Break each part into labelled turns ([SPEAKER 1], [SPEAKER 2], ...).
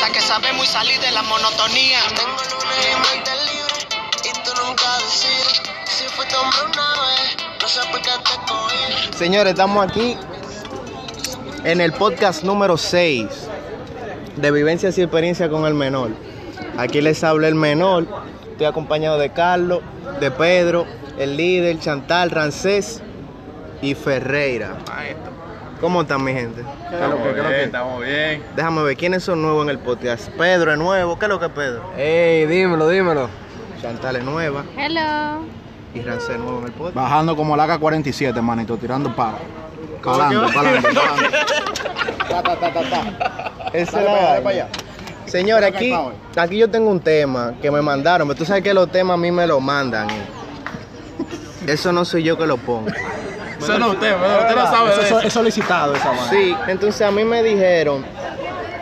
[SPEAKER 1] la que sabemos y salir de la monotonía.
[SPEAKER 2] Tengo lunes y martes libre y tú nunca decides. Si fuiste hombre una vez, no sé por qué te escogí.
[SPEAKER 3] Señores, estamos aquí en el podcast número 6 de Vivencias y Experiencia con el Menor. Aquí les habla el menor. Estoy acompañado de Carlos, de Pedro, el líder, Chantal, Rancés y Ferreira.
[SPEAKER 4] Maestro.
[SPEAKER 3] ¿Cómo están, mi gente?
[SPEAKER 4] ¿Qué es lo que, qué es lo que? Estamos bien.
[SPEAKER 3] Déjame ver quiénes son nuevos en el podcast. Pedro es nuevo. ¿Qué es lo que es Pedro?
[SPEAKER 5] Ey, dímelo, dímelo.
[SPEAKER 3] Chantal es nueva
[SPEAKER 6] Hello.
[SPEAKER 3] y Rancés es nuevo en el podcast.
[SPEAKER 5] Bajando como la AK-47, manito, tirando palo. Calando,
[SPEAKER 3] ¿Cómo que
[SPEAKER 5] calando,
[SPEAKER 3] va?
[SPEAKER 5] calando.
[SPEAKER 3] Ese es la
[SPEAKER 5] Dale pa' allá, dale
[SPEAKER 3] vaina.
[SPEAKER 5] pa' allá.
[SPEAKER 3] Señores,
[SPEAKER 5] Dale
[SPEAKER 3] aquí,
[SPEAKER 5] pa' hoy.
[SPEAKER 3] aquí yo tengo un tema que me mandaron, pero tú sabes que los temas a mí me los mandan. eh. Eso no soy yo que lo pongo.
[SPEAKER 4] Eso no usted, ¿verdad? usted no sabe de eso.
[SPEAKER 5] es solicitado esa vaina.
[SPEAKER 3] Sí, entonces a mí me dijeron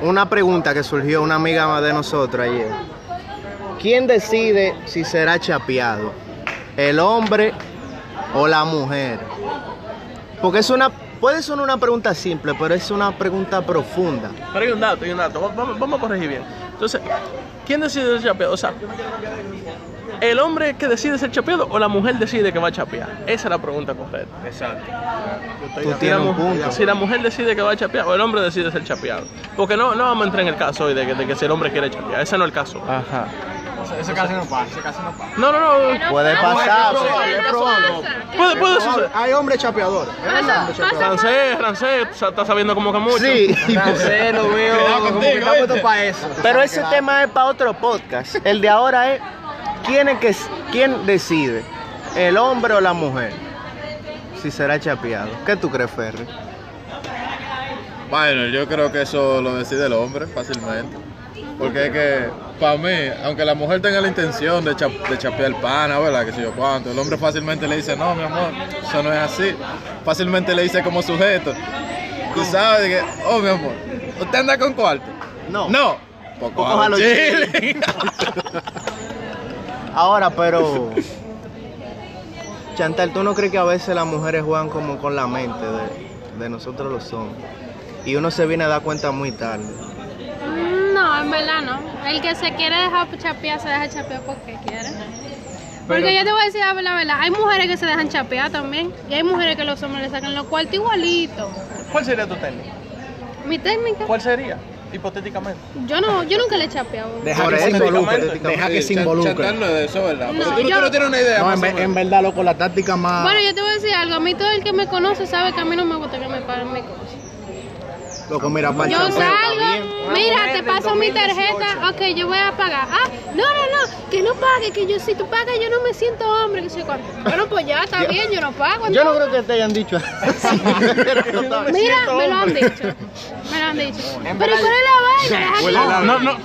[SPEAKER 3] una pregunta que surgió una amiga de nosotros ayer. ¿Quién decide si será chapeado? ¿El hombre o la mujer? Porque es una, puede sonar una pregunta simple, pero es una pregunta profunda.
[SPEAKER 4] Pero hay un dato, hay un dato. Vamos, vamos a corregir bien. Entonces, ¿quién decide ser chapeado? O sea, ¿el hombre que decide ser chapeado o la mujer decide que va a chapear? Esa es la pregunta correcta.
[SPEAKER 3] Tú
[SPEAKER 4] Si
[SPEAKER 3] tienes
[SPEAKER 4] la,
[SPEAKER 3] un
[SPEAKER 4] mu-
[SPEAKER 3] punto.
[SPEAKER 4] si la mujer decide que va a chapear o el hombre decide ser chapeado. Porque no, no vamos a entrar en el caso hoy de que, de que si el hombre quiere chapear. Ese no es el caso.
[SPEAKER 3] Ajá.
[SPEAKER 5] Ese casi no pasa, ese casi no pasa.
[SPEAKER 4] No, no, no.
[SPEAKER 3] Puede pasar.
[SPEAKER 6] Es
[SPEAKER 3] sí.
[SPEAKER 6] probable, es probable.
[SPEAKER 4] Puede, puede suceder.
[SPEAKER 5] Hay hombres chapeadores.
[SPEAKER 4] Francés, francés, sa- está sabiendo como que mucho.
[SPEAKER 3] Sí.
[SPEAKER 5] lo veo. Como que está puesto para eso.
[SPEAKER 3] Pero ese tema es para otro podcast. El de ahora es quién es que quién decide, el hombre o la mujer, si será chapeado. ¿Qué tú crees, Ferry?
[SPEAKER 7] Bueno, yo creo que eso lo decide el hombre fácilmente. Porque es que, para mí, aunque la mujer tenga la intención de, cha- de chapear el pana, ¿verdad? Que sé yo cuánto, el hombre fácilmente le dice, no, mi amor, eso no es así. Fácilmente le dice como sujeto. Tú sabes de que, oh, mi amor, ¿usted anda con cuarto?
[SPEAKER 3] No.
[SPEAKER 7] No. Pues
[SPEAKER 3] Pues cójalo,
[SPEAKER 7] cójalo, chile.
[SPEAKER 3] Ahora, pero Chantal, ¿tú no crees que a veces las mujeres juegan como con la mente de, de nosotros los hombres? Y uno se viene a dar cuenta muy tarde.
[SPEAKER 6] Mm, No, en verdad no. El que se quiere dejar chapear, se deja chapear porque quiere. Porque yo te voy a decir la verdad, la verdad, hay mujeres que se dejan chapear también. Y hay mujeres que los hombres le sacan los cuartos igualito.
[SPEAKER 4] ¿Cuál sería tu técnica?
[SPEAKER 6] Mi técnica,
[SPEAKER 4] ¿Cuál sería? Hipotéticamente.
[SPEAKER 6] yo no, yo nunca le he chapeado.
[SPEAKER 5] Deja
[SPEAKER 3] Por
[SPEAKER 5] que se
[SPEAKER 3] eso,
[SPEAKER 5] involucre.
[SPEAKER 3] hipotéticamente.
[SPEAKER 5] Deja que se
[SPEAKER 7] Chan-
[SPEAKER 5] involucre.
[SPEAKER 7] chantarlo de eso,
[SPEAKER 6] No,
[SPEAKER 7] ¿verdad? Porque tú, no- tú
[SPEAKER 6] yo-
[SPEAKER 7] no tienes una idea.
[SPEAKER 5] No,
[SPEAKER 7] más
[SPEAKER 5] en,
[SPEAKER 7] o
[SPEAKER 5] ve-
[SPEAKER 7] menos.
[SPEAKER 5] en verdad, loco, la táctica más.
[SPEAKER 6] Bueno, yo te voy a decir algo. A mí todo el que me conoce sabe que a mí no me gusta que me paren mi cosa.
[SPEAKER 5] Loco, mira, para
[SPEAKER 6] Yo
[SPEAKER 3] bien.
[SPEAKER 6] salgo, mira, te paso mi tarjeta, ok, yo voy a pagar. Ah, no, no, no, que no pague, que yo si tú pagas yo no me siento hombre, que soy cuánto. Bueno, pues ya está bien, yo no pago.
[SPEAKER 3] Yo no
[SPEAKER 6] entonces.
[SPEAKER 3] creo que te hayan dicho.
[SPEAKER 6] Mira, me lo han dicho. Me lo han dicho. Pero ¿cuál es la vaina? Deja que-
[SPEAKER 4] No, no.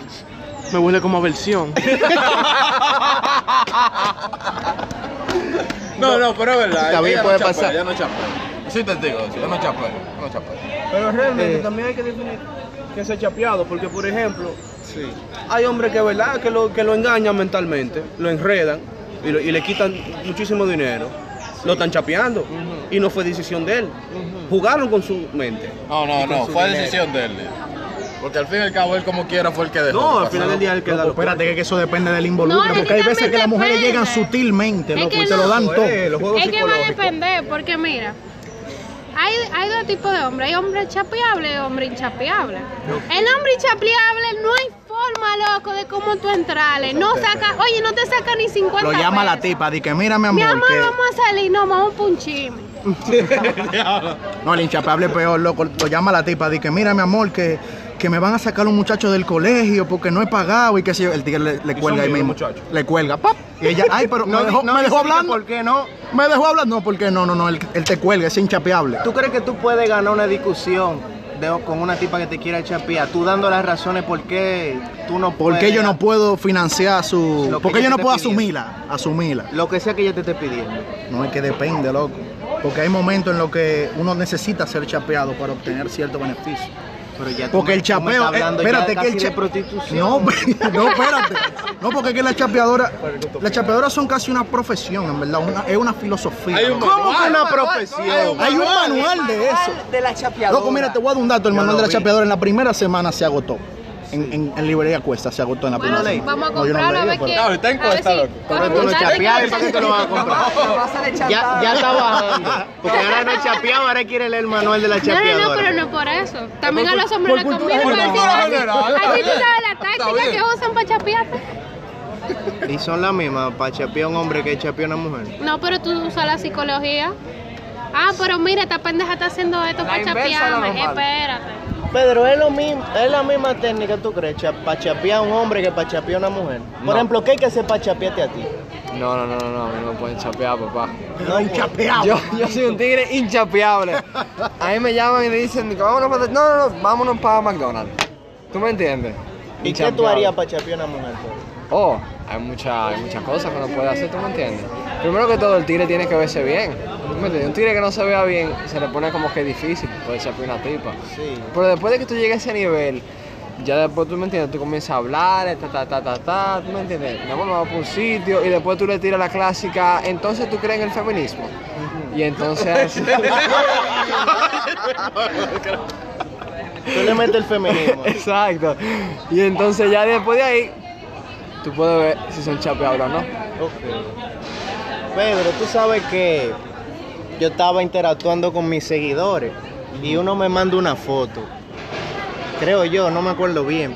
[SPEAKER 4] Me huele como a versión.
[SPEAKER 7] No, no, pero es verdad.
[SPEAKER 3] Está bien,
[SPEAKER 7] ella no
[SPEAKER 3] puede
[SPEAKER 7] chapea,
[SPEAKER 3] pasar.
[SPEAKER 7] Ella no chapea. Sí, te digo, sí, ella no chapea. ella No chapea.
[SPEAKER 8] Pero realmente también hay que definir que sea chapeado, porque por ejemplo, hay hombres que verdad que lo, que lo engañan mentalmente, lo enredan y, lo- y le quitan muchísimo dinero. Lo están chapeando y no fue decisión de él. Jugaron con su mente.
[SPEAKER 7] No, no, no, fue decisión de él. Porque al fin y al cabo él como quiera fue el que dejó.
[SPEAKER 8] No, al
[SPEAKER 7] pasar.
[SPEAKER 8] final del día él queda
[SPEAKER 5] Loco,
[SPEAKER 8] loco.
[SPEAKER 5] espérate que eso depende del
[SPEAKER 6] No,
[SPEAKER 5] involucre,
[SPEAKER 6] es que
[SPEAKER 5] porque hay veces
[SPEAKER 6] también
[SPEAKER 5] que las mujeres
[SPEAKER 6] depende.
[SPEAKER 5] llegan sutilmente,
[SPEAKER 6] Es
[SPEAKER 5] loco,
[SPEAKER 6] que
[SPEAKER 5] y te lo
[SPEAKER 6] no.
[SPEAKER 5] dan todo.
[SPEAKER 8] Eh, los juegos
[SPEAKER 6] Es que va a
[SPEAKER 8] psicológicos.
[SPEAKER 6] depender, porque mira, hay, hay dos tipos de hombres, hay hombres chapeables y hombres inchapeables. El hombre inchapeable no hay forma, loco, de cómo tú entrarle. No saca, oye, no te saca ni 50
[SPEAKER 5] Lo llama la
[SPEAKER 6] pesos.
[SPEAKER 5] tipa, di que mira, mi amor,
[SPEAKER 6] Mi amor,
[SPEAKER 5] que...
[SPEAKER 6] vamos a salir, no, vamos a un chisme.
[SPEAKER 5] No, el hinchapable es peor, loco. Lo llama la tipa, di que mira, mi amor, que, que me van a sacar los muchachos del colegio porque no he pagado y qué sé yo. El tigre le, le cuelga ahí
[SPEAKER 8] miedo,
[SPEAKER 5] mismo.
[SPEAKER 8] muchacho.
[SPEAKER 5] Le cuelga, pap. Y ella, ay, pero
[SPEAKER 3] No
[SPEAKER 5] me
[SPEAKER 3] di-
[SPEAKER 5] dejó,
[SPEAKER 3] no
[SPEAKER 5] me dejó
[SPEAKER 3] dice que
[SPEAKER 5] hablando.
[SPEAKER 3] ¿Por qué no?
[SPEAKER 5] Me dejó hablando. No, porque no, no, no. Él, él te cuelga, es hinchapeable.
[SPEAKER 3] ¿Tú crees que tú puedes ganar una discusión de- con una tipa que te quiera chapear? Tú dando las razones por qué tú no
[SPEAKER 5] ¿Por qué
[SPEAKER 3] puedes-
[SPEAKER 5] yo no puedo financiar su.
[SPEAKER 3] Lo que
[SPEAKER 5] ¿Por qué
[SPEAKER 3] ella
[SPEAKER 5] yo no
[SPEAKER 3] te
[SPEAKER 5] puedo
[SPEAKER 3] pidió.
[SPEAKER 5] asumirla? Asumirla.
[SPEAKER 3] Lo que sea que ella te esté pidiendo.
[SPEAKER 5] No es que depende, loco. Porque hay momentos en los que uno necesita ser chapeado para obtener cierto beneficio.
[SPEAKER 3] Pero ya tú
[SPEAKER 5] Porque
[SPEAKER 3] me- tú
[SPEAKER 5] el
[SPEAKER 3] me
[SPEAKER 5] chapeo,
[SPEAKER 3] estás
[SPEAKER 5] eh,
[SPEAKER 3] hablando
[SPEAKER 5] espérate
[SPEAKER 3] ya
[SPEAKER 5] que el
[SPEAKER 3] casi de
[SPEAKER 5] cha-
[SPEAKER 3] prostitución.
[SPEAKER 5] No, no, espérate. No, porque es que las chapeadoras, las chapeadoras son casi una profesión, en verdad, una- es una filosofía.
[SPEAKER 7] Hay un
[SPEAKER 5] loco.
[SPEAKER 7] ¿Cómo que una profesión?
[SPEAKER 5] Hay un manual de eso.
[SPEAKER 9] De la chapeadora.
[SPEAKER 5] Loco, mira, te voy a dar un dato, el
[SPEAKER 3] Yo
[SPEAKER 5] manual
[SPEAKER 3] lo
[SPEAKER 5] de la
[SPEAKER 3] vi.
[SPEAKER 5] chapeadora en la primera semana se agotó. en, en- en librería cuesta, se agotó en la
[SPEAKER 6] Bueno,
[SPEAKER 5] primera
[SPEAKER 3] ley.
[SPEAKER 5] semana.
[SPEAKER 6] vamos a
[SPEAKER 5] No, yo no lo
[SPEAKER 6] comprarlo a
[SPEAKER 5] leí,
[SPEAKER 6] ver
[SPEAKER 5] pero-
[SPEAKER 6] qué.
[SPEAKER 7] No, está en
[SPEAKER 6] a ver
[SPEAKER 7] cuesta,
[SPEAKER 6] si-
[SPEAKER 7] loco.
[SPEAKER 3] Pero tú no
[SPEAKER 6] Dale,
[SPEAKER 3] chapeas,
[SPEAKER 6] dale,
[SPEAKER 3] ¿para qué te lo vas a comprar? Ya, ya está bajando. Porque ahora no es chapeado, ahora quiere leer el manual de la
[SPEAKER 6] No, no, no,
[SPEAKER 3] chapeadora.
[SPEAKER 6] pero no por eso. También a los hombres les conviene. porque así-
[SPEAKER 7] general. Por cultura
[SPEAKER 6] Así tú
[SPEAKER 7] general, está
[SPEAKER 6] sabes la
[SPEAKER 7] bien, está
[SPEAKER 6] táctica que
[SPEAKER 7] bien.
[SPEAKER 6] usan para chapearte.
[SPEAKER 3] Y son las mismas, para chapear a un hombre que chapear a una mujer.
[SPEAKER 6] No, pero tú usas la psicología. Ah, pero mira, esta pendeja está haciendo esto para chapearme. Espérate.
[SPEAKER 3] Pedro, es lo mismo, es la misma técnica, ¿tú crees? Para chapear a un hombre que para chapear a una mujer. Por ejemplo, ¿qué hay que hacer para chapearte a ti?
[SPEAKER 9] No, no, no, no, no, a mí no me pueden chapear, papá.
[SPEAKER 5] No, un chapeado.
[SPEAKER 9] Yo, yo soy un tigre inchapeable. A mí me llaman y me dicen, vámonos para... No, no, no, vámonos para McDonald's. ¿Tú me entiendes?
[SPEAKER 3] ¿Y qué tú
[SPEAKER 9] Inchapeable.
[SPEAKER 3] harías para chapear a una mujer? pues?
[SPEAKER 9] Oh, hay, mucha, hay muchas cosas que uno puede hacer, ¿tú me entiendes? Primero que todo, el tigre tiene que verse bien. ¿Tú me entiendes? Un tigre que no se vea bien, se le pone como que difícil poder chapear una tipa.
[SPEAKER 3] Sí.
[SPEAKER 9] Pero después de que tú llegues a ese nivel, ya después tú me entiendes, tú comienzas a hablar, ta ta ta ta ta, tú me entiendes, no vamos a por un sitio y después tú le tiras la clásica, entonces tú crees en el feminismo. Y entonces
[SPEAKER 3] Tú le metes el feminismo.
[SPEAKER 9] exacto. Y entonces ya después de ahí, tú puedes ver si son chapeados o no.
[SPEAKER 3] Pedro, tú sabes que yo estaba interactuando con mis seguidores y uno me manda una foto, creo yo, no me acuerdo bien,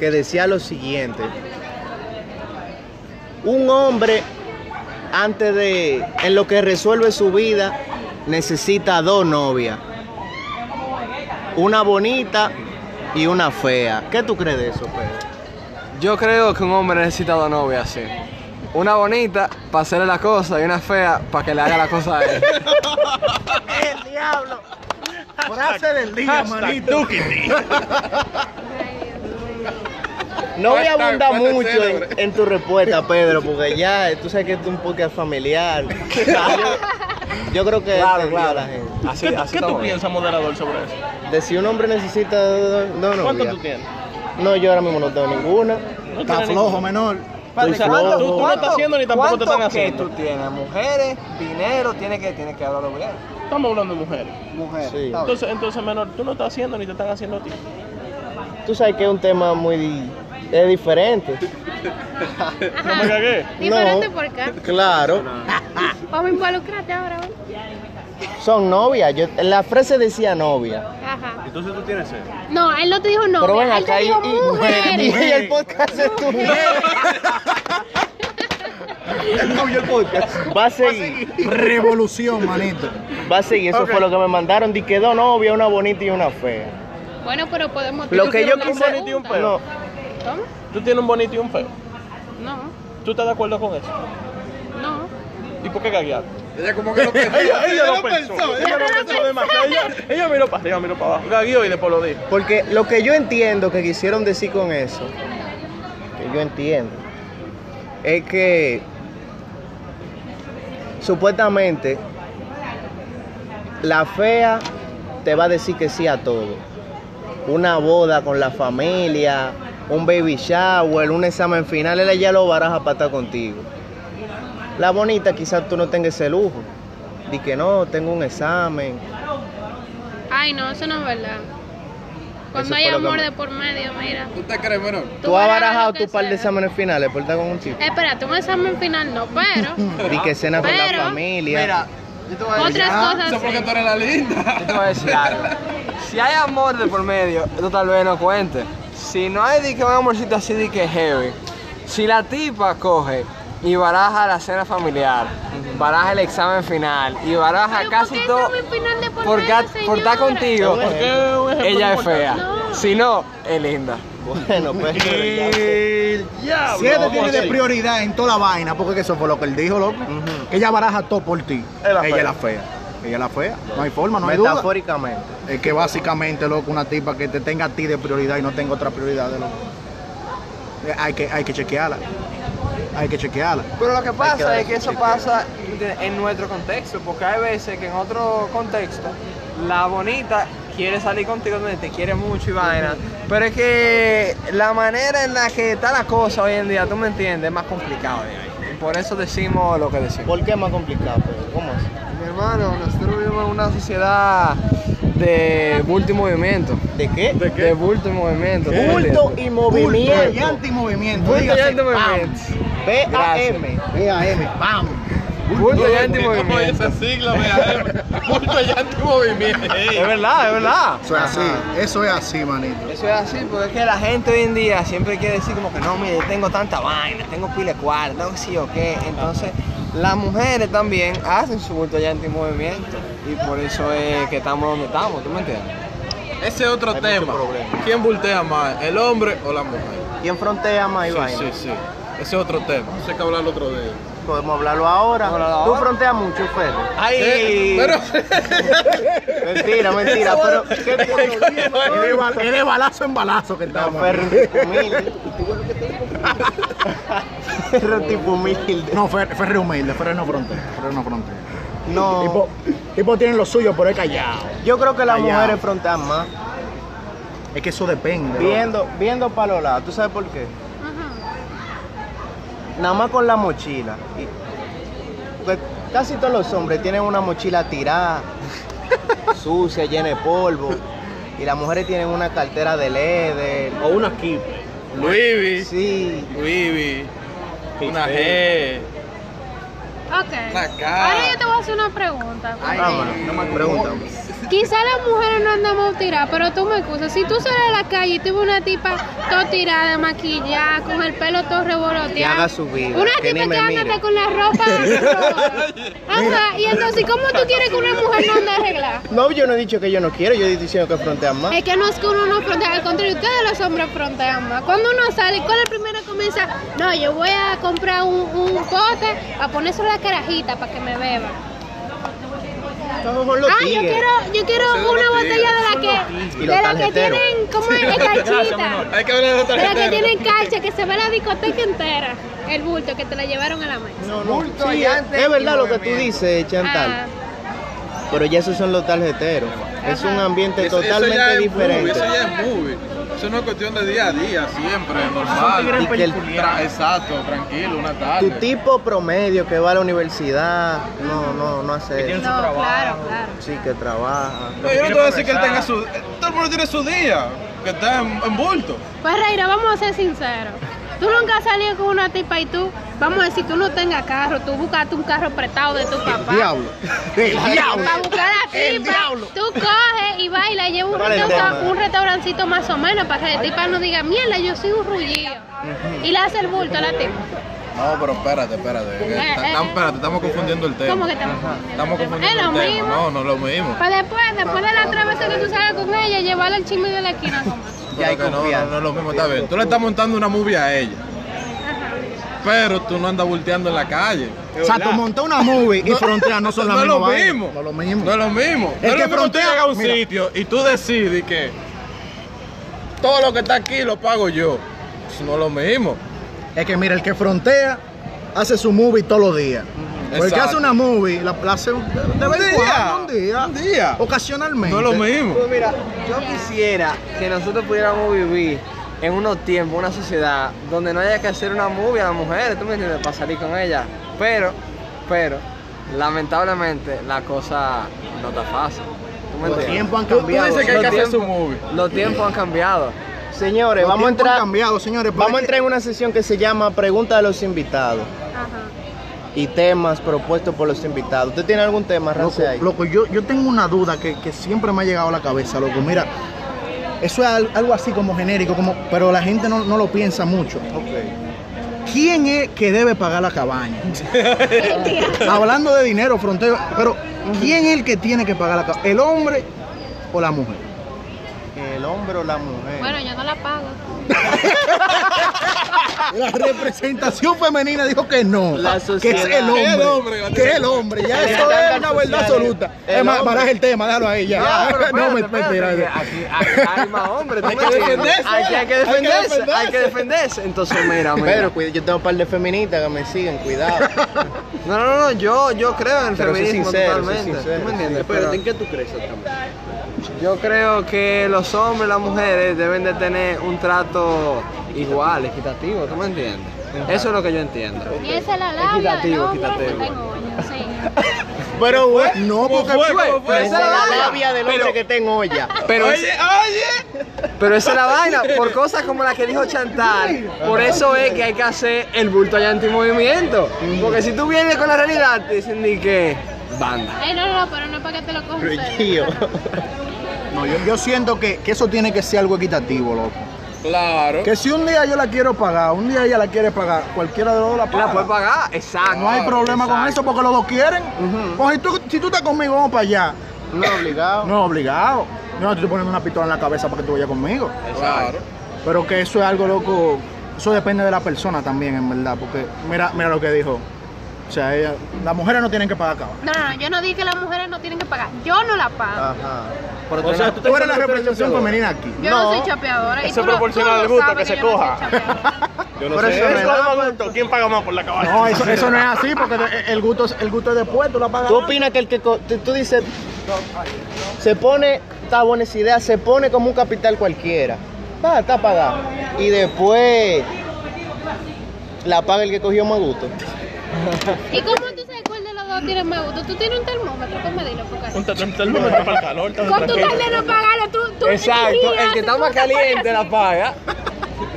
[SPEAKER 3] que decía lo siguiente. Un hombre, antes de, en lo que resuelve su vida, necesita dos novias. Una bonita y una fea. ¿Qué tú crees de eso, Pedro?
[SPEAKER 9] Yo creo que un hombre necesita dos novias así. Una bonita para hacerle la cosa y una fea para que le haga la cosa a él.
[SPEAKER 5] Frase del día, manito.
[SPEAKER 3] No voy a
[SPEAKER 7] Hashtag,
[SPEAKER 3] abundar
[SPEAKER 7] frase
[SPEAKER 3] mucho en,
[SPEAKER 7] célebre.
[SPEAKER 3] en tu respuesta, Pedro, porque ya tú sabes que esto es un podcast familiar. Yo, yo creo que
[SPEAKER 9] Claro,
[SPEAKER 3] entendió
[SPEAKER 9] claro.
[SPEAKER 3] la gente.
[SPEAKER 9] Así,
[SPEAKER 4] ¿Qué, tú-
[SPEAKER 9] así
[SPEAKER 4] qué tú
[SPEAKER 9] estamos bien.
[SPEAKER 4] piensas, moderador, sobre eso?
[SPEAKER 3] De si un hombre necesita no, no,
[SPEAKER 4] ¿Cuánto
[SPEAKER 3] ya.
[SPEAKER 4] tú tienes?
[SPEAKER 3] No, yo ahora mismo no tengo ninguna.
[SPEAKER 4] No
[SPEAKER 5] Está
[SPEAKER 4] tienes
[SPEAKER 5] flojo, menor.
[SPEAKER 3] Estoy
[SPEAKER 4] O sea,
[SPEAKER 3] flojo.
[SPEAKER 4] tú- tú no estás haciendo ni tampoco te están haciendo.
[SPEAKER 9] tienes? ¿Mujeres? ¿Dinero? Tienes que, tienes que hablarlo bien.
[SPEAKER 4] Estamos hablando de mujeres.
[SPEAKER 9] Mujeres.
[SPEAKER 3] Sí. está
[SPEAKER 4] Entonces, entonces, menor, tú no estás haciendo ni te están haciendo a ti.
[SPEAKER 3] Tú sabes que es un tema muy es diferente.
[SPEAKER 4] No me cagué.
[SPEAKER 6] Diferente por acá. Ah,
[SPEAKER 3] Claro.
[SPEAKER 6] Vamos a involucrarte ahora. ¿eh?
[SPEAKER 3] Son novias. Yo, la frase decía novia.
[SPEAKER 6] Ajá.
[SPEAKER 8] Entonces tú tienes sed.
[SPEAKER 6] No, él no te dijo no.
[SPEAKER 3] Pero ven
[SPEAKER 6] él
[SPEAKER 3] acá
[SPEAKER 6] te
[SPEAKER 3] y,
[SPEAKER 6] dijo
[SPEAKER 3] y-
[SPEAKER 6] mujeres.
[SPEAKER 3] y el podcast es tuyo. No, yo el podcast. Va a seguir.
[SPEAKER 5] Revolución, manito.
[SPEAKER 3] Va a seguir, eso fue lo que me mandaron. Di que dos novias, una bonita y una fea.
[SPEAKER 6] Bueno, pero podemos.
[SPEAKER 3] Lo que yo
[SPEAKER 6] una
[SPEAKER 3] quise.
[SPEAKER 6] pregunta.
[SPEAKER 3] No,
[SPEAKER 6] ¿Cómo?
[SPEAKER 4] Tú tienes un bonito y un feo.
[SPEAKER 6] No,
[SPEAKER 4] ¿Tú estás de acuerdo con eso?
[SPEAKER 6] no.
[SPEAKER 4] ¿Y por qué caguear?
[SPEAKER 7] Ella como que lo pensó.
[SPEAKER 4] Ella, ella
[SPEAKER 7] lo
[SPEAKER 4] lo pensó. Ella lo pensó demasiado. Ella, ella miró para arriba, miró para abajo. Gagueó y después lo dijo.
[SPEAKER 3] porque lo que yo entiendo que quisieron decir con eso, que yo entiendo, es que supuestamente la fea te va a decir que sí a todo. Una boda con la familia, un baby shower, un examen final, ella ya lo baraja para estar contigo. La bonita quizás tú no tengas ese lujo. Di que no, tengo un examen.
[SPEAKER 6] Ay, no, eso no es verdad.
[SPEAKER 3] Eso
[SPEAKER 6] Cuando hay
[SPEAKER 3] fue lo que
[SPEAKER 6] amor
[SPEAKER 3] me-
[SPEAKER 6] de por medio, mira.
[SPEAKER 7] ¿Tú te crees, menor?
[SPEAKER 3] Tú has
[SPEAKER 6] barajas
[SPEAKER 3] barajado
[SPEAKER 6] lo que
[SPEAKER 3] tu par de
[SPEAKER 6] sea. Eh,
[SPEAKER 3] exámenes finales por estar con un chico.
[SPEAKER 6] Espérate, un examen final no, pero
[SPEAKER 3] Di que cena con la
[SPEAKER 6] Pero-
[SPEAKER 3] familia.
[SPEAKER 9] Mira, yo te voy a decir,
[SPEAKER 6] otras cosas.
[SPEAKER 7] Eso porque
[SPEAKER 6] sí.
[SPEAKER 7] tú eres la linda.
[SPEAKER 9] yo te voy a decir algo. Si hay amor de por medio, esto tal vez no cuente. Si no hay de que un amorcito así de que heavy, si la tipa coge y baraja la cena familiar, baraja el examen final y baraja
[SPEAKER 6] Pero
[SPEAKER 9] casi
[SPEAKER 6] ¿por qué
[SPEAKER 9] todo
[SPEAKER 6] examen final de por
[SPEAKER 9] por,
[SPEAKER 6] medio,
[SPEAKER 9] ca- por estar
[SPEAKER 6] señora?
[SPEAKER 9] contigo,
[SPEAKER 4] ¿Por qué
[SPEAKER 5] Eh,
[SPEAKER 4] un ejemplo
[SPEAKER 9] ella es
[SPEAKER 4] importante?
[SPEAKER 9] fea.
[SPEAKER 6] No.
[SPEAKER 9] Si no, es linda.
[SPEAKER 3] Bueno, pues. ya sé.
[SPEAKER 4] El diablo.
[SPEAKER 5] Siete
[SPEAKER 4] Vamos
[SPEAKER 5] tiene de
[SPEAKER 4] así.
[SPEAKER 5] prioridad en toda la vaina, porque eso fue lo que él dijo, loco. Que ella baraja todo por ti.
[SPEAKER 4] la fea.
[SPEAKER 5] ella es la fea. Ella es la fea. No hay forma, no hay duda.
[SPEAKER 3] Metafóricamente.
[SPEAKER 5] Es Eh, que básicamente, loco, una tipa que te tenga a ti de prioridad y no tenga otra prioridad, de loco. Eh, Hay que, hay que chequearla. Hay que chequearla.
[SPEAKER 9] Pero lo que
[SPEAKER 3] que
[SPEAKER 9] pasa
[SPEAKER 3] darle
[SPEAKER 9] es que
[SPEAKER 3] su
[SPEAKER 9] eso pasa de- en nuestro contexto, porque hay veces que en otro contexto la bonita quiere salir contigo donde te quiere mucho y vaina, pero es que la manera en la que está la cosa hoy en día, tú me entiendes, es más complicado de ahí. Y Por eso decimos lo que decimos. Pues,
[SPEAKER 3] ¿Por qué es más complicado, Pedro? ¿Cómo es?
[SPEAKER 9] Mi hermano, nosotros vivimos en una sociedad de bulto y movimiento.
[SPEAKER 3] ¿De qué?
[SPEAKER 7] ¿De
[SPEAKER 9] De
[SPEAKER 7] qué?
[SPEAKER 9] bulto y movimiento. ¿tú me
[SPEAKER 3] Bulto
[SPEAKER 9] entiendes?
[SPEAKER 3] y
[SPEAKER 5] Bulto y
[SPEAKER 3] movimiento.
[SPEAKER 5] antimovimiento.
[SPEAKER 9] Bulto y
[SPEAKER 5] dígase,
[SPEAKER 9] antimovimiento.
[SPEAKER 3] B A M.
[SPEAKER 5] pam. B.A.M., pam.
[SPEAKER 9] Bulto y
[SPEAKER 7] ¿Cómo es
[SPEAKER 9] antimovimiento.
[SPEAKER 7] esa sigla? Mira, eh, bulto y antimovimiento. Ey.
[SPEAKER 9] Es verdad, es verdad.
[SPEAKER 5] Eso es así, eso es así, manito.
[SPEAKER 9] Eso es así, porque es que la gente hoy en día siempre quiere decir como que no, mire, tengo tanta vaina, tengo pile cuarto, no sí o qué. Entonces, las mujeres también hacen su bulto ya antimovimiento. Y por eso es que estamos donde estamos, ¿tú me entiendes?
[SPEAKER 7] Ese es otro tema.
[SPEAKER 3] problema.
[SPEAKER 7] ¿Quién voltea más, el hombre o la mujer?
[SPEAKER 3] ¿Quién frontea más y
[SPEAKER 7] Sí,
[SPEAKER 3] vaina?
[SPEAKER 7] sí, sí. Ese es otro tema. Eso hay que hablar otro día.
[SPEAKER 3] Podemos hablarlo ahora.
[SPEAKER 9] Vamos a hablarlo
[SPEAKER 3] Tú
[SPEAKER 9] ahora.
[SPEAKER 3] fronteas mucho, Fede.
[SPEAKER 9] ¡Ay!
[SPEAKER 7] Eh,
[SPEAKER 3] Mentira, mentira. pero ¿qué
[SPEAKER 5] Él es bal- él es balazo en balazo que
[SPEAKER 3] No,
[SPEAKER 5] estamos.
[SPEAKER 3] Ferro tipo humilde. Ferro tipo humilde.
[SPEAKER 5] No, Fer- Ferre humilde, Ferre no frontera. Ferre no frontera.
[SPEAKER 3] No.
[SPEAKER 5] Tipo, tipo tiene lo suyo, pero es callado.
[SPEAKER 3] Yo creo que las
[SPEAKER 5] Allá.
[SPEAKER 3] mujeres frontean más.
[SPEAKER 5] Es que eso depende.
[SPEAKER 3] Viendo, viendo para los lados. ¿Tú sabes por qué?
[SPEAKER 6] Ajá.
[SPEAKER 3] Nada más con la mochila. Y- porque casi todos los hombres tienen una mochila tirada, sucia, llena de polvo. Y las mujeres tienen una cartera de leather.
[SPEAKER 7] Oh.
[SPEAKER 8] O una aquí.
[SPEAKER 7] Luivi,
[SPEAKER 3] Sí.
[SPEAKER 7] Luivi, una G.
[SPEAKER 6] Ok. Ahora yo te voy a hacer una pregunta. pues.
[SPEAKER 3] Vámonos. No me preguntan.
[SPEAKER 6] Quizá las mujeres no andamos tiradas, pero tú me excusas. Si tú sales a la calle y tuve una tipa todo tirada, maquillada, con el pelo todo revoloteado.
[SPEAKER 3] Que haga su vida,
[SPEAKER 6] Una
[SPEAKER 3] que ni
[SPEAKER 6] tipa
[SPEAKER 3] me
[SPEAKER 6] que anda
[SPEAKER 3] mire.
[SPEAKER 6] hasta con la ropa roja. Ajá, y entonces, ¿cómo tú quieres que una mujer no ande arreglada?
[SPEAKER 3] No, yo no he dicho que yo no quiero, yo he dicho que frontean más.
[SPEAKER 6] Es que no es que uno no frontea, al contrario, ustedes los hombres frontean más. Cuando uno sale, ¿cuál es el primero que comienza? No, yo voy a comprar un, un pote a ponerse la carajita para que me beba.
[SPEAKER 3] Estamos con los
[SPEAKER 6] ah, yo
[SPEAKER 3] tigres.
[SPEAKER 6] quiero, yo quiero
[SPEAKER 7] Son los
[SPEAKER 6] una
[SPEAKER 7] tigres,
[SPEAKER 6] botella de la
[SPEAKER 3] tigres.
[SPEAKER 6] que,
[SPEAKER 3] Y
[SPEAKER 6] de
[SPEAKER 3] los
[SPEAKER 6] la que
[SPEAKER 3] tarjeteros.
[SPEAKER 6] tienen, ¿cómo es? De cachita.
[SPEAKER 7] Hay que hablar de
[SPEAKER 6] De
[SPEAKER 7] otra
[SPEAKER 6] la que
[SPEAKER 7] gente.
[SPEAKER 6] tienen cacha, que se ve la discoteca entera. El bulto que te la llevaron a la mesa.
[SPEAKER 3] No, no. Sí, es verdad lo que tú dices, Chantal.
[SPEAKER 6] Ah,
[SPEAKER 3] Pero ya esos son los tarjeteros. Es
[SPEAKER 6] Ajá.
[SPEAKER 3] un ambiente
[SPEAKER 7] Eso- eso ya
[SPEAKER 3] totalmente
[SPEAKER 7] es movie,
[SPEAKER 3] diferente.
[SPEAKER 7] Eso ya es movie. Eso no es cuestión de día a día, siempre, normal.
[SPEAKER 3] Y que el-
[SPEAKER 7] Tra- exacto, tranquilo, una
[SPEAKER 3] tu
[SPEAKER 7] tarde.
[SPEAKER 3] tipo promedio que va a la universidad, no, no, no hace
[SPEAKER 6] Ah,
[SPEAKER 3] eso.
[SPEAKER 6] no, claro, claro.
[SPEAKER 3] Sí, que trabaja.
[SPEAKER 7] No, yo no te voy a decir que él tenga su. Todo el mundo tiene su día, que está en, en bulto.
[SPEAKER 6] Pues Reira, vamos a ser sinceros. Tú nunca has salido con una tipa y tú, vamos a decir, tú no tengas carro, tú buscaste un carro prestado de tu papá.
[SPEAKER 5] Diablo. El diablo.
[SPEAKER 6] Para buscar a la
[SPEAKER 5] El
[SPEAKER 6] tipa,
[SPEAKER 5] diablo.
[SPEAKER 6] tú coges y vas y la llevas a un,
[SPEAKER 3] ¿Cuál es el
[SPEAKER 6] restaura-
[SPEAKER 3] tema?
[SPEAKER 6] un restaurancito más o menos para que la tipa no diga, mierda, yo soy un rullido. Y le hace el bulto a la tipa.
[SPEAKER 7] No, pero espérate, espérate. que
[SPEAKER 6] Eh,
[SPEAKER 7] ta-
[SPEAKER 6] eh,
[SPEAKER 7] tam- Espérate, estamos confundiendo el tema.
[SPEAKER 6] ¿Cómo que estamos confundiendo
[SPEAKER 7] Estamos
[SPEAKER 6] el tema?
[SPEAKER 7] confundiendo
[SPEAKER 6] Es lo
[SPEAKER 7] el tema.
[SPEAKER 6] mismo.
[SPEAKER 7] No, no es lo mismo.
[SPEAKER 6] Para después, después de la otra vez que tú salgas con ella, llevarla al chisme de la esquina a comer.
[SPEAKER 3] Ya hay
[SPEAKER 7] Creo que no,
[SPEAKER 3] confianza.
[SPEAKER 7] no, no es lo mismo, está bien. Tú le estás montando una movie a ella. Pero tú no andas volteando en la calle.
[SPEAKER 5] O sea, tú montas una movie y fronteas no son las
[SPEAKER 7] no es lo
[SPEAKER 5] mismas vainas.
[SPEAKER 7] mismo.
[SPEAKER 5] No es lo mismo.
[SPEAKER 7] No es lo mismo.
[SPEAKER 5] El
[SPEAKER 7] no es
[SPEAKER 5] que
[SPEAKER 7] lo mismo tú
[SPEAKER 5] frontea-
[SPEAKER 7] llegas a un
[SPEAKER 5] mira.
[SPEAKER 7] sitio y tú decides que todo lo que está aquí lo pago yo. Eso no es lo mismo.
[SPEAKER 5] Es que mira, el que frontea hace su movie todos los días. O el que
[SPEAKER 7] Exacto.
[SPEAKER 5] hace una movie, la, la hace un- de vez en cuando, un día.
[SPEAKER 7] Un día.
[SPEAKER 5] Ocasionalmente.
[SPEAKER 7] No es lo mismo.
[SPEAKER 9] Pues mira, yo quisiera que nosotros pudiéramos vivir en unos tiempos, una sociedad donde no haya que hacer una movie a las mujeres, tú me entiendes, para salir con ellas. Pero, pero, lamentablemente la cosa no está fácil. ¿Tú me
[SPEAKER 5] Los
[SPEAKER 9] entiendes?
[SPEAKER 5] tiempos han
[SPEAKER 7] Tú- tú
[SPEAKER 5] cambiado.
[SPEAKER 7] dices que hay
[SPEAKER 9] Los
[SPEAKER 7] que hacer su
[SPEAKER 9] tiempos-
[SPEAKER 7] movie.
[SPEAKER 9] Los tiempos han cambiado.
[SPEAKER 3] Señores,
[SPEAKER 5] Los
[SPEAKER 3] vamos a
[SPEAKER 5] tiempos han
[SPEAKER 3] entrar,
[SPEAKER 5] cambiado, señores. pero
[SPEAKER 3] vamos a
[SPEAKER 5] es que-
[SPEAKER 3] entrar en una sesión que se llama Pregunta de los invitados
[SPEAKER 6] Ajá.
[SPEAKER 3] y temas propuestos por los invitados. ¿Usted tiene algún tema,
[SPEAKER 5] Loco,
[SPEAKER 3] Rance, ahí?
[SPEAKER 5] loco, yo, yo tengo una duda que, que siempre me ha llegado a la cabeza, loco. Mira, eso es al- algo así como genérico, como, pero la gente no, no lo piensa mucho.
[SPEAKER 3] Ok.
[SPEAKER 5] ¿Quién es que debe pagar la cabaña? Hablando de dinero, fronteo, pero ¿quién es el que tiene que pagar la cabaña? ¿El hombre o la mujer?
[SPEAKER 3] El hombre o la mujer.
[SPEAKER 6] Bueno, yo no la pago.
[SPEAKER 5] La representación femenina dijo que no.
[SPEAKER 3] La sociedad.
[SPEAKER 5] Que es el
[SPEAKER 7] Que es el
[SPEAKER 5] hombre.
[SPEAKER 7] hombre, la
[SPEAKER 5] Que es el hombre. Ya
[SPEAKER 3] El
[SPEAKER 5] eso es
[SPEAKER 3] estándar
[SPEAKER 5] una verdad
[SPEAKER 3] social,
[SPEAKER 5] absoluta.
[SPEAKER 3] el
[SPEAKER 5] Es más,
[SPEAKER 3] hombre.
[SPEAKER 5] baraja el tema, déjalo ahí ya.
[SPEAKER 9] No, pero
[SPEAKER 5] No, me
[SPEAKER 9] espérate,
[SPEAKER 5] mentira.
[SPEAKER 9] espérate, que Aquí, aquí hay más hombres. ¿tú
[SPEAKER 5] Hay
[SPEAKER 9] me
[SPEAKER 5] que
[SPEAKER 9] entiendes?
[SPEAKER 5] defenderse,
[SPEAKER 9] Hay que, hay que
[SPEAKER 5] hay que
[SPEAKER 9] defenderse. Hay que
[SPEAKER 5] defenderse.
[SPEAKER 9] defenderse. Entonces, mira, mira.
[SPEAKER 3] Pero cuida- yo tengo un par de feministas que me siguen, cuidado.
[SPEAKER 9] No, no, no, yo, yo creo en el
[SPEAKER 3] Pero soy
[SPEAKER 9] feminismo
[SPEAKER 3] sincero, soy
[SPEAKER 9] totalmente.
[SPEAKER 3] sincero,
[SPEAKER 9] ¿Tú me entiendes?
[SPEAKER 8] Pero,
[SPEAKER 9] Pero
[SPEAKER 8] ¿en qué tú crees exactamente?
[SPEAKER 9] yo creo que los hombres y las mujeres deben de tener un trato igual, equitativo, ¿tú me entiendes? Eso es lo que yo entiendo.
[SPEAKER 6] Y esa es la labia del
[SPEAKER 9] Equitativo,
[SPEAKER 6] hombre que
[SPEAKER 9] equitativo.
[SPEAKER 6] tengo. yo, Sí.
[SPEAKER 3] Pero bueno,
[SPEAKER 5] No, porque
[SPEAKER 3] pero esa es la
[SPEAKER 9] Pero-
[SPEAKER 3] labia del hombre que tengo olla.
[SPEAKER 9] Pero es- Pero esa es la vaina, por cosas como la que dijo Chantal. Por eso es que hay que hacer el bulto allá antimovimiento. Porque si tú vienes con la realidad, te dicen ni que banda.
[SPEAKER 6] Ay, no, no, no, pero no es para que te lo cojas. en serio.
[SPEAKER 3] Tío.
[SPEAKER 5] No, yo, yo siento que, que eso tiene que ser algo equitativo, loco.
[SPEAKER 7] Claro.
[SPEAKER 5] Que si un día yo la quiero pagar, un día ella la quiere pagar, cualquiera de los dos la paga.
[SPEAKER 9] La puedes pagar, exacto.
[SPEAKER 5] Ah, No hay problema con eso porque los dos quieren. Pues si tú, si tú estás conmigo, vamos para allá.
[SPEAKER 3] No obligado.
[SPEAKER 5] No es obligado. Yo no te estoy poniendo una pistola en la cabeza para que tú vayas conmigo.
[SPEAKER 7] Claro.
[SPEAKER 5] Pero que eso es algo loco. Eso depende de la persona también, en verdad. Porque mira, mira lo que dijo. O sea, ella- las mujeres no tienen que pagar cabas.
[SPEAKER 6] No, no, no, yo no dije que las mujeres no tienen que pagar. Yo no la pago.
[SPEAKER 3] Ajá.
[SPEAKER 5] Tú eres la- tú eres la representación femenina aquí.
[SPEAKER 6] Yo no, soy chapeadora. y
[SPEAKER 4] eso
[SPEAKER 6] tú no-
[SPEAKER 4] proporciona
[SPEAKER 6] tú no
[SPEAKER 4] el gusto
[SPEAKER 6] sabes
[SPEAKER 4] que se
[SPEAKER 6] yo no soy
[SPEAKER 4] coja.
[SPEAKER 6] chapeadora.
[SPEAKER 7] Yo no
[SPEAKER 3] Pero
[SPEAKER 7] sé.
[SPEAKER 3] eso es-
[SPEAKER 4] ¿Quién paga más por la cabaña?
[SPEAKER 5] No, eso, eso no es así, porque de- el gusto, es- el gusto es después, tú la pagas.
[SPEAKER 3] ¿Tú opinas que el que co- tú, tú dices se pone está buena esa idea, se pone como un capital cualquiera. Ah, está pagado. Y después la paga el que cogió más gusto.
[SPEAKER 6] ¿Y cómo tú sabes cuál de los dos tiene más gusto? Tú tienes un termómetro, ¿cómo dilo?
[SPEAKER 4] Un termómetro para el calor. está
[SPEAKER 6] Con tu
[SPEAKER 4] tranquilo.
[SPEAKER 6] tal de no pagarlo, tú, tú
[SPEAKER 9] Exacto, el que está más caliente la
[SPEAKER 6] paga.
[SPEAKER 9] paga.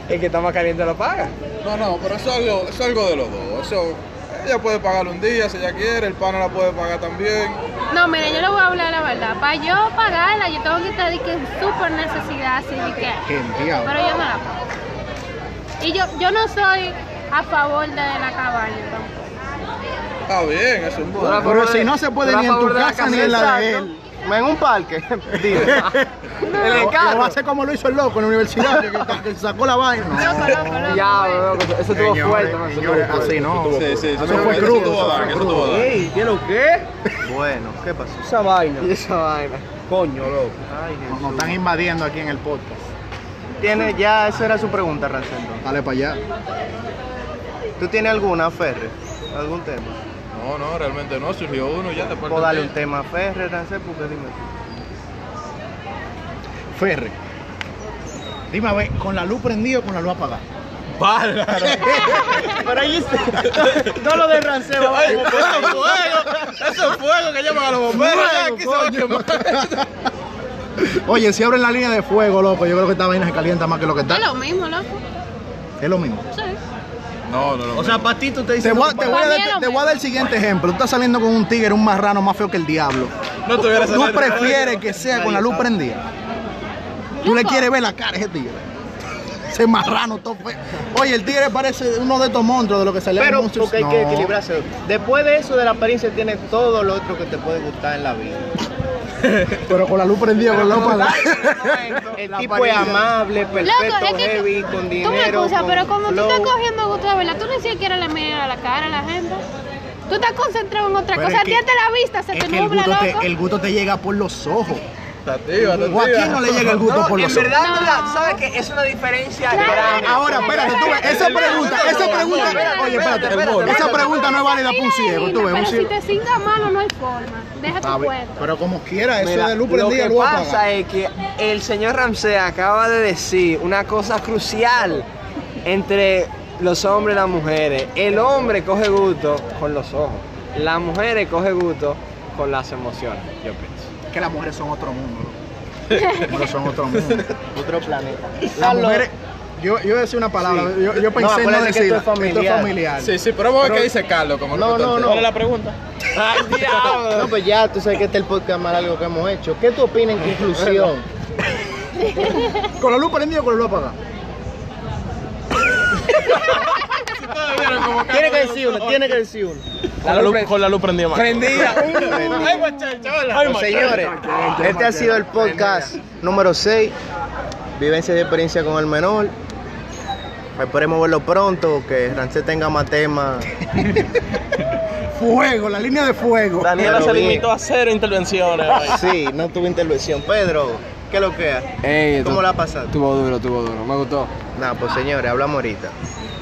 [SPEAKER 9] El que está más caliente la paga.
[SPEAKER 7] No, no, pero eso es algo, eso es algo de los dos. Eso, ella puede pagar un día si ella quiere, el pana la puede pagar también.
[SPEAKER 6] No, mira, yo le voy a hablar la verdad. Para yo pagarla, yo tengo que estar de que en súper necesidad, así de que.
[SPEAKER 5] Qué diablo.
[SPEAKER 6] Pero yo no la pago. Y yo, yo no soy a favor de la cabaña tampoco.
[SPEAKER 7] Está bien, eso es un
[SPEAKER 9] Pero
[SPEAKER 5] Pero si no se puede ni en tu casa ni en la de él.
[SPEAKER 3] En un parque. Dime.
[SPEAKER 9] En el
[SPEAKER 5] Lo va a
[SPEAKER 9] carro.
[SPEAKER 5] hacer como lo hizo el loco en la universidad, que, que sacó la vaina.
[SPEAKER 6] Loco, loco, loco.
[SPEAKER 9] Ya, loco, eso estuvo
[SPEAKER 5] Señores,
[SPEAKER 9] fuerte. man, eso estuvo
[SPEAKER 5] señores,
[SPEAKER 9] fuerte.
[SPEAKER 5] así no.
[SPEAKER 7] Sí, sí,
[SPEAKER 5] Eso fue
[SPEAKER 7] eso
[SPEAKER 5] crudo,
[SPEAKER 7] tuvo
[SPEAKER 5] eso
[SPEAKER 7] dark,
[SPEAKER 5] fue
[SPEAKER 7] eso tuvo dark.
[SPEAKER 8] Ey, ¿qué lo qué?
[SPEAKER 3] Bueno, ¿qué pasó?
[SPEAKER 8] Esa vaina.
[SPEAKER 9] Y esa vaina.
[SPEAKER 8] Coño, loco.
[SPEAKER 5] Nos, nos están invadiendo aquí en el podcast.
[SPEAKER 3] Tiene, ya esa era su pregunta, Rancendo.
[SPEAKER 5] Dale para allá.
[SPEAKER 3] ¿Tú tienes alguna, Ferre? ¿Algún tema?
[SPEAKER 7] No, no, realmente no, surgió uno y ya después.
[SPEAKER 3] O dale un tema a Ferre, Rancel, porque dime. tú.
[SPEAKER 5] Ferre. Dime a ver, ¿con la luz prendida o con la luz apagada?
[SPEAKER 7] Bárbaro.
[SPEAKER 3] Pero ahí está. Todo lo de Rancel. vamos
[SPEAKER 7] Ay,
[SPEAKER 3] por
[SPEAKER 7] eso
[SPEAKER 3] ahí.
[SPEAKER 7] es fuego, eso es fuego que llaman a los bomberos. ya, aquí se va a quemar.
[SPEAKER 5] Oye, si abren la línea de fuego, loco, yo creo que esta vaina se calienta más que lo que
[SPEAKER 6] No
[SPEAKER 5] está.
[SPEAKER 6] es lo mismo, loco.
[SPEAKER 5] Es lo mismo.
[SPEAKER 6] Sí.
[SPEAKER 7] No, no, no.
[SPEAKER 3] O sea, para ti tú te
[SPEAKER 5] Te
[SPEAKER 3] dices.
[SPEAKER 5] voy, a- te voy a
[SPEAKER 6] Para
[SPEAKER 5] dar,
[SPEAKER 6] mí es lo
[SPEAKER 5] te voy a dar el siguiente ejemplo. Tú estás saliendo con un tigre, un marrano más feo que el diablo.
[SPEAKER 7] no te hubieras
[SPEAKER 5] Tú prefieres que sea con la luz prendida. Tú le
[SPEAKER 6] Loco.
[SPEAKER 5] quieres ver la cara a ese tigre. Ese marrano todo feo. Oye, el tigre parece uno de estos monstruos de lo que salían
[SPEAKER 3] Pero
[SPEAKER 5] muchos.
[SPEAKER 3] porque hay que equilibrarse. Después de eso, de la apariencia, tiene todo lo otro que te puede gustar en la vida.
[SPEAKER 5] Pero con la luz prendida, con la luz apagada.
[SPEAKER 3] El tipo es amable, perfecto,
[SPEAKER 6] Loco, es que
[SPEAKER 3] heavy, con dinero.
[SPEAKER 6] tú me excusas,
[SPEAKER 3] con
[SPEAKER 6] pero como tú estás
[SPEAKER 3] flow.
[SPEAKER 6] cogiendo gusto de verdad, tú ni siquiera le miras a la cara a la gente. Tú estás concentrado en otra
[SPEAKER 5] Pero
[SPEAKER 6] cosa.
[SPEAKER 5] es
[SPEAKER 6] A ti
[SPEAKER 5] que-
[SPEAKER 6] hasta la vista se
[SPEAKER 5] Es
[SPEAKER 6] te
[SPEAKER 5] que el
[SPEAKER 6] nubla,
[SPEAKER 5] gusto,
[SPEAKER 6] loco.
[SPEAKER 5] te, el gusto te llega por los ojos.
[SPEAKER 7] Tativa,
[SPEAKER 5] ¿O a quién no le llega el gusto
[SPEAKER 9] No,
[SPEAKER 5] por los
[SPEAKER 9] en
[SPEAKER 5] ojos?
[SPEAKER 9] verdad, en verdad, sabes que es una diferencia
[SPEAKER 6] Claro.
[SPEAKER 9] grande.
[SPEAKER 5] Ahora, espérate, tú ves, esa pregunta, esa pregunta, oye, espérate, esa pregunta no es válida para un ciego, tú ves, un
[SPEAKER 6] Pero si
[SPEAKER 5] ciego.
[SPEAKER 6] te cinga malo, no hay forma. Deja
[SPEAKER 5] Ah,
[SPEAKER 6] tu
[SPEAKER 5] bien,
[SPEAKER 6] cuento.
[SPEAKER 5] Pero como quiera, eso
[SPEAKER 9] Mira,
[SPEAKER 5] de luz
[SPEAKER 9] lo
[SPEAKER 5] prendida,
[SPEAKER 9] que
[SPEAKER 5] luz
[SPEAKER 9] pasa
[SPEAKER 5] apagada.
[SPEAKER 9] es que el señor Ramsey acaba de decir una cosa crucial entre los hombres y las mujeres. El hombre coge gusto con los ojos, las mujeres coge gusto con las emociones, yo pienso.
[SPEAKER 5] Que las mujeres son otro mundo. Las mujeres son otro mundo.
[SPEAKER 3] Otro planeta.
[SPEAKER 5] Las mujeres, yo, yo decía una palabra,
[SPEAKER 3] Sí.
[SPEAKER 5] yo, yo
[SPEAKER 3] No,
[SPEAKER 5] pensé en no
[SPEAKER 3] acuérdate que esto
[SPEAKER 5] decir,
[SPEAKER 3] es familiar.
[SPEAKER 7] Sí, sí, pero vamos a ver qué dice Carlos. Como
[SPEAKER 3] No, no,
[SPEAKER 7] representante.
[SPEAKER 3] no.
[SPEAKER 4] ¿Cuál es la pregunta?
[SPEAKER 3] No, pues ya, tú sabes que este es el podcast más largo que hemos hecho. ¿Qué tú opinas en conclusión?
[SPEAKER 5] Con la luz prendida o con la luz apagada.
[SPEAKER 3] Tiene que decir uno, tiene que decir uno.
[SPEAKER 4] Con la luz- Con la luz prendida más.
[SPEAKER 9] Prendida.
[SPEAKER 4] Ay, macho.
[SPEAKER 3] Señores, este ha sido el podcast número 6, vivencias y experiencia con el menor. Esperemos verlo pronto, que Rancé tenga más temas.
[SPEAKER 5] Fuego, la línea de fuego.
[SPEAKER 4] Daniela se
[SPEAKER 3] Pero bien.
[SPEAKER 4] limitó a cero intervenciones. hoy.
[SPEAKER 3] Sí, no tuve intervención. Pedro, ¿qué es lo que es?
[SPEAKER 9] Ey,
[SPEAKER 3] ¿Cómo
[SPEAKER 9] tu-
[SPEAKER 3] la pasaste?
[SPEAKER 9] Tuvo duro, tuvo duro, me gustó.
[SPEAKER 3] Nada, pues señores, hablamos ahorita.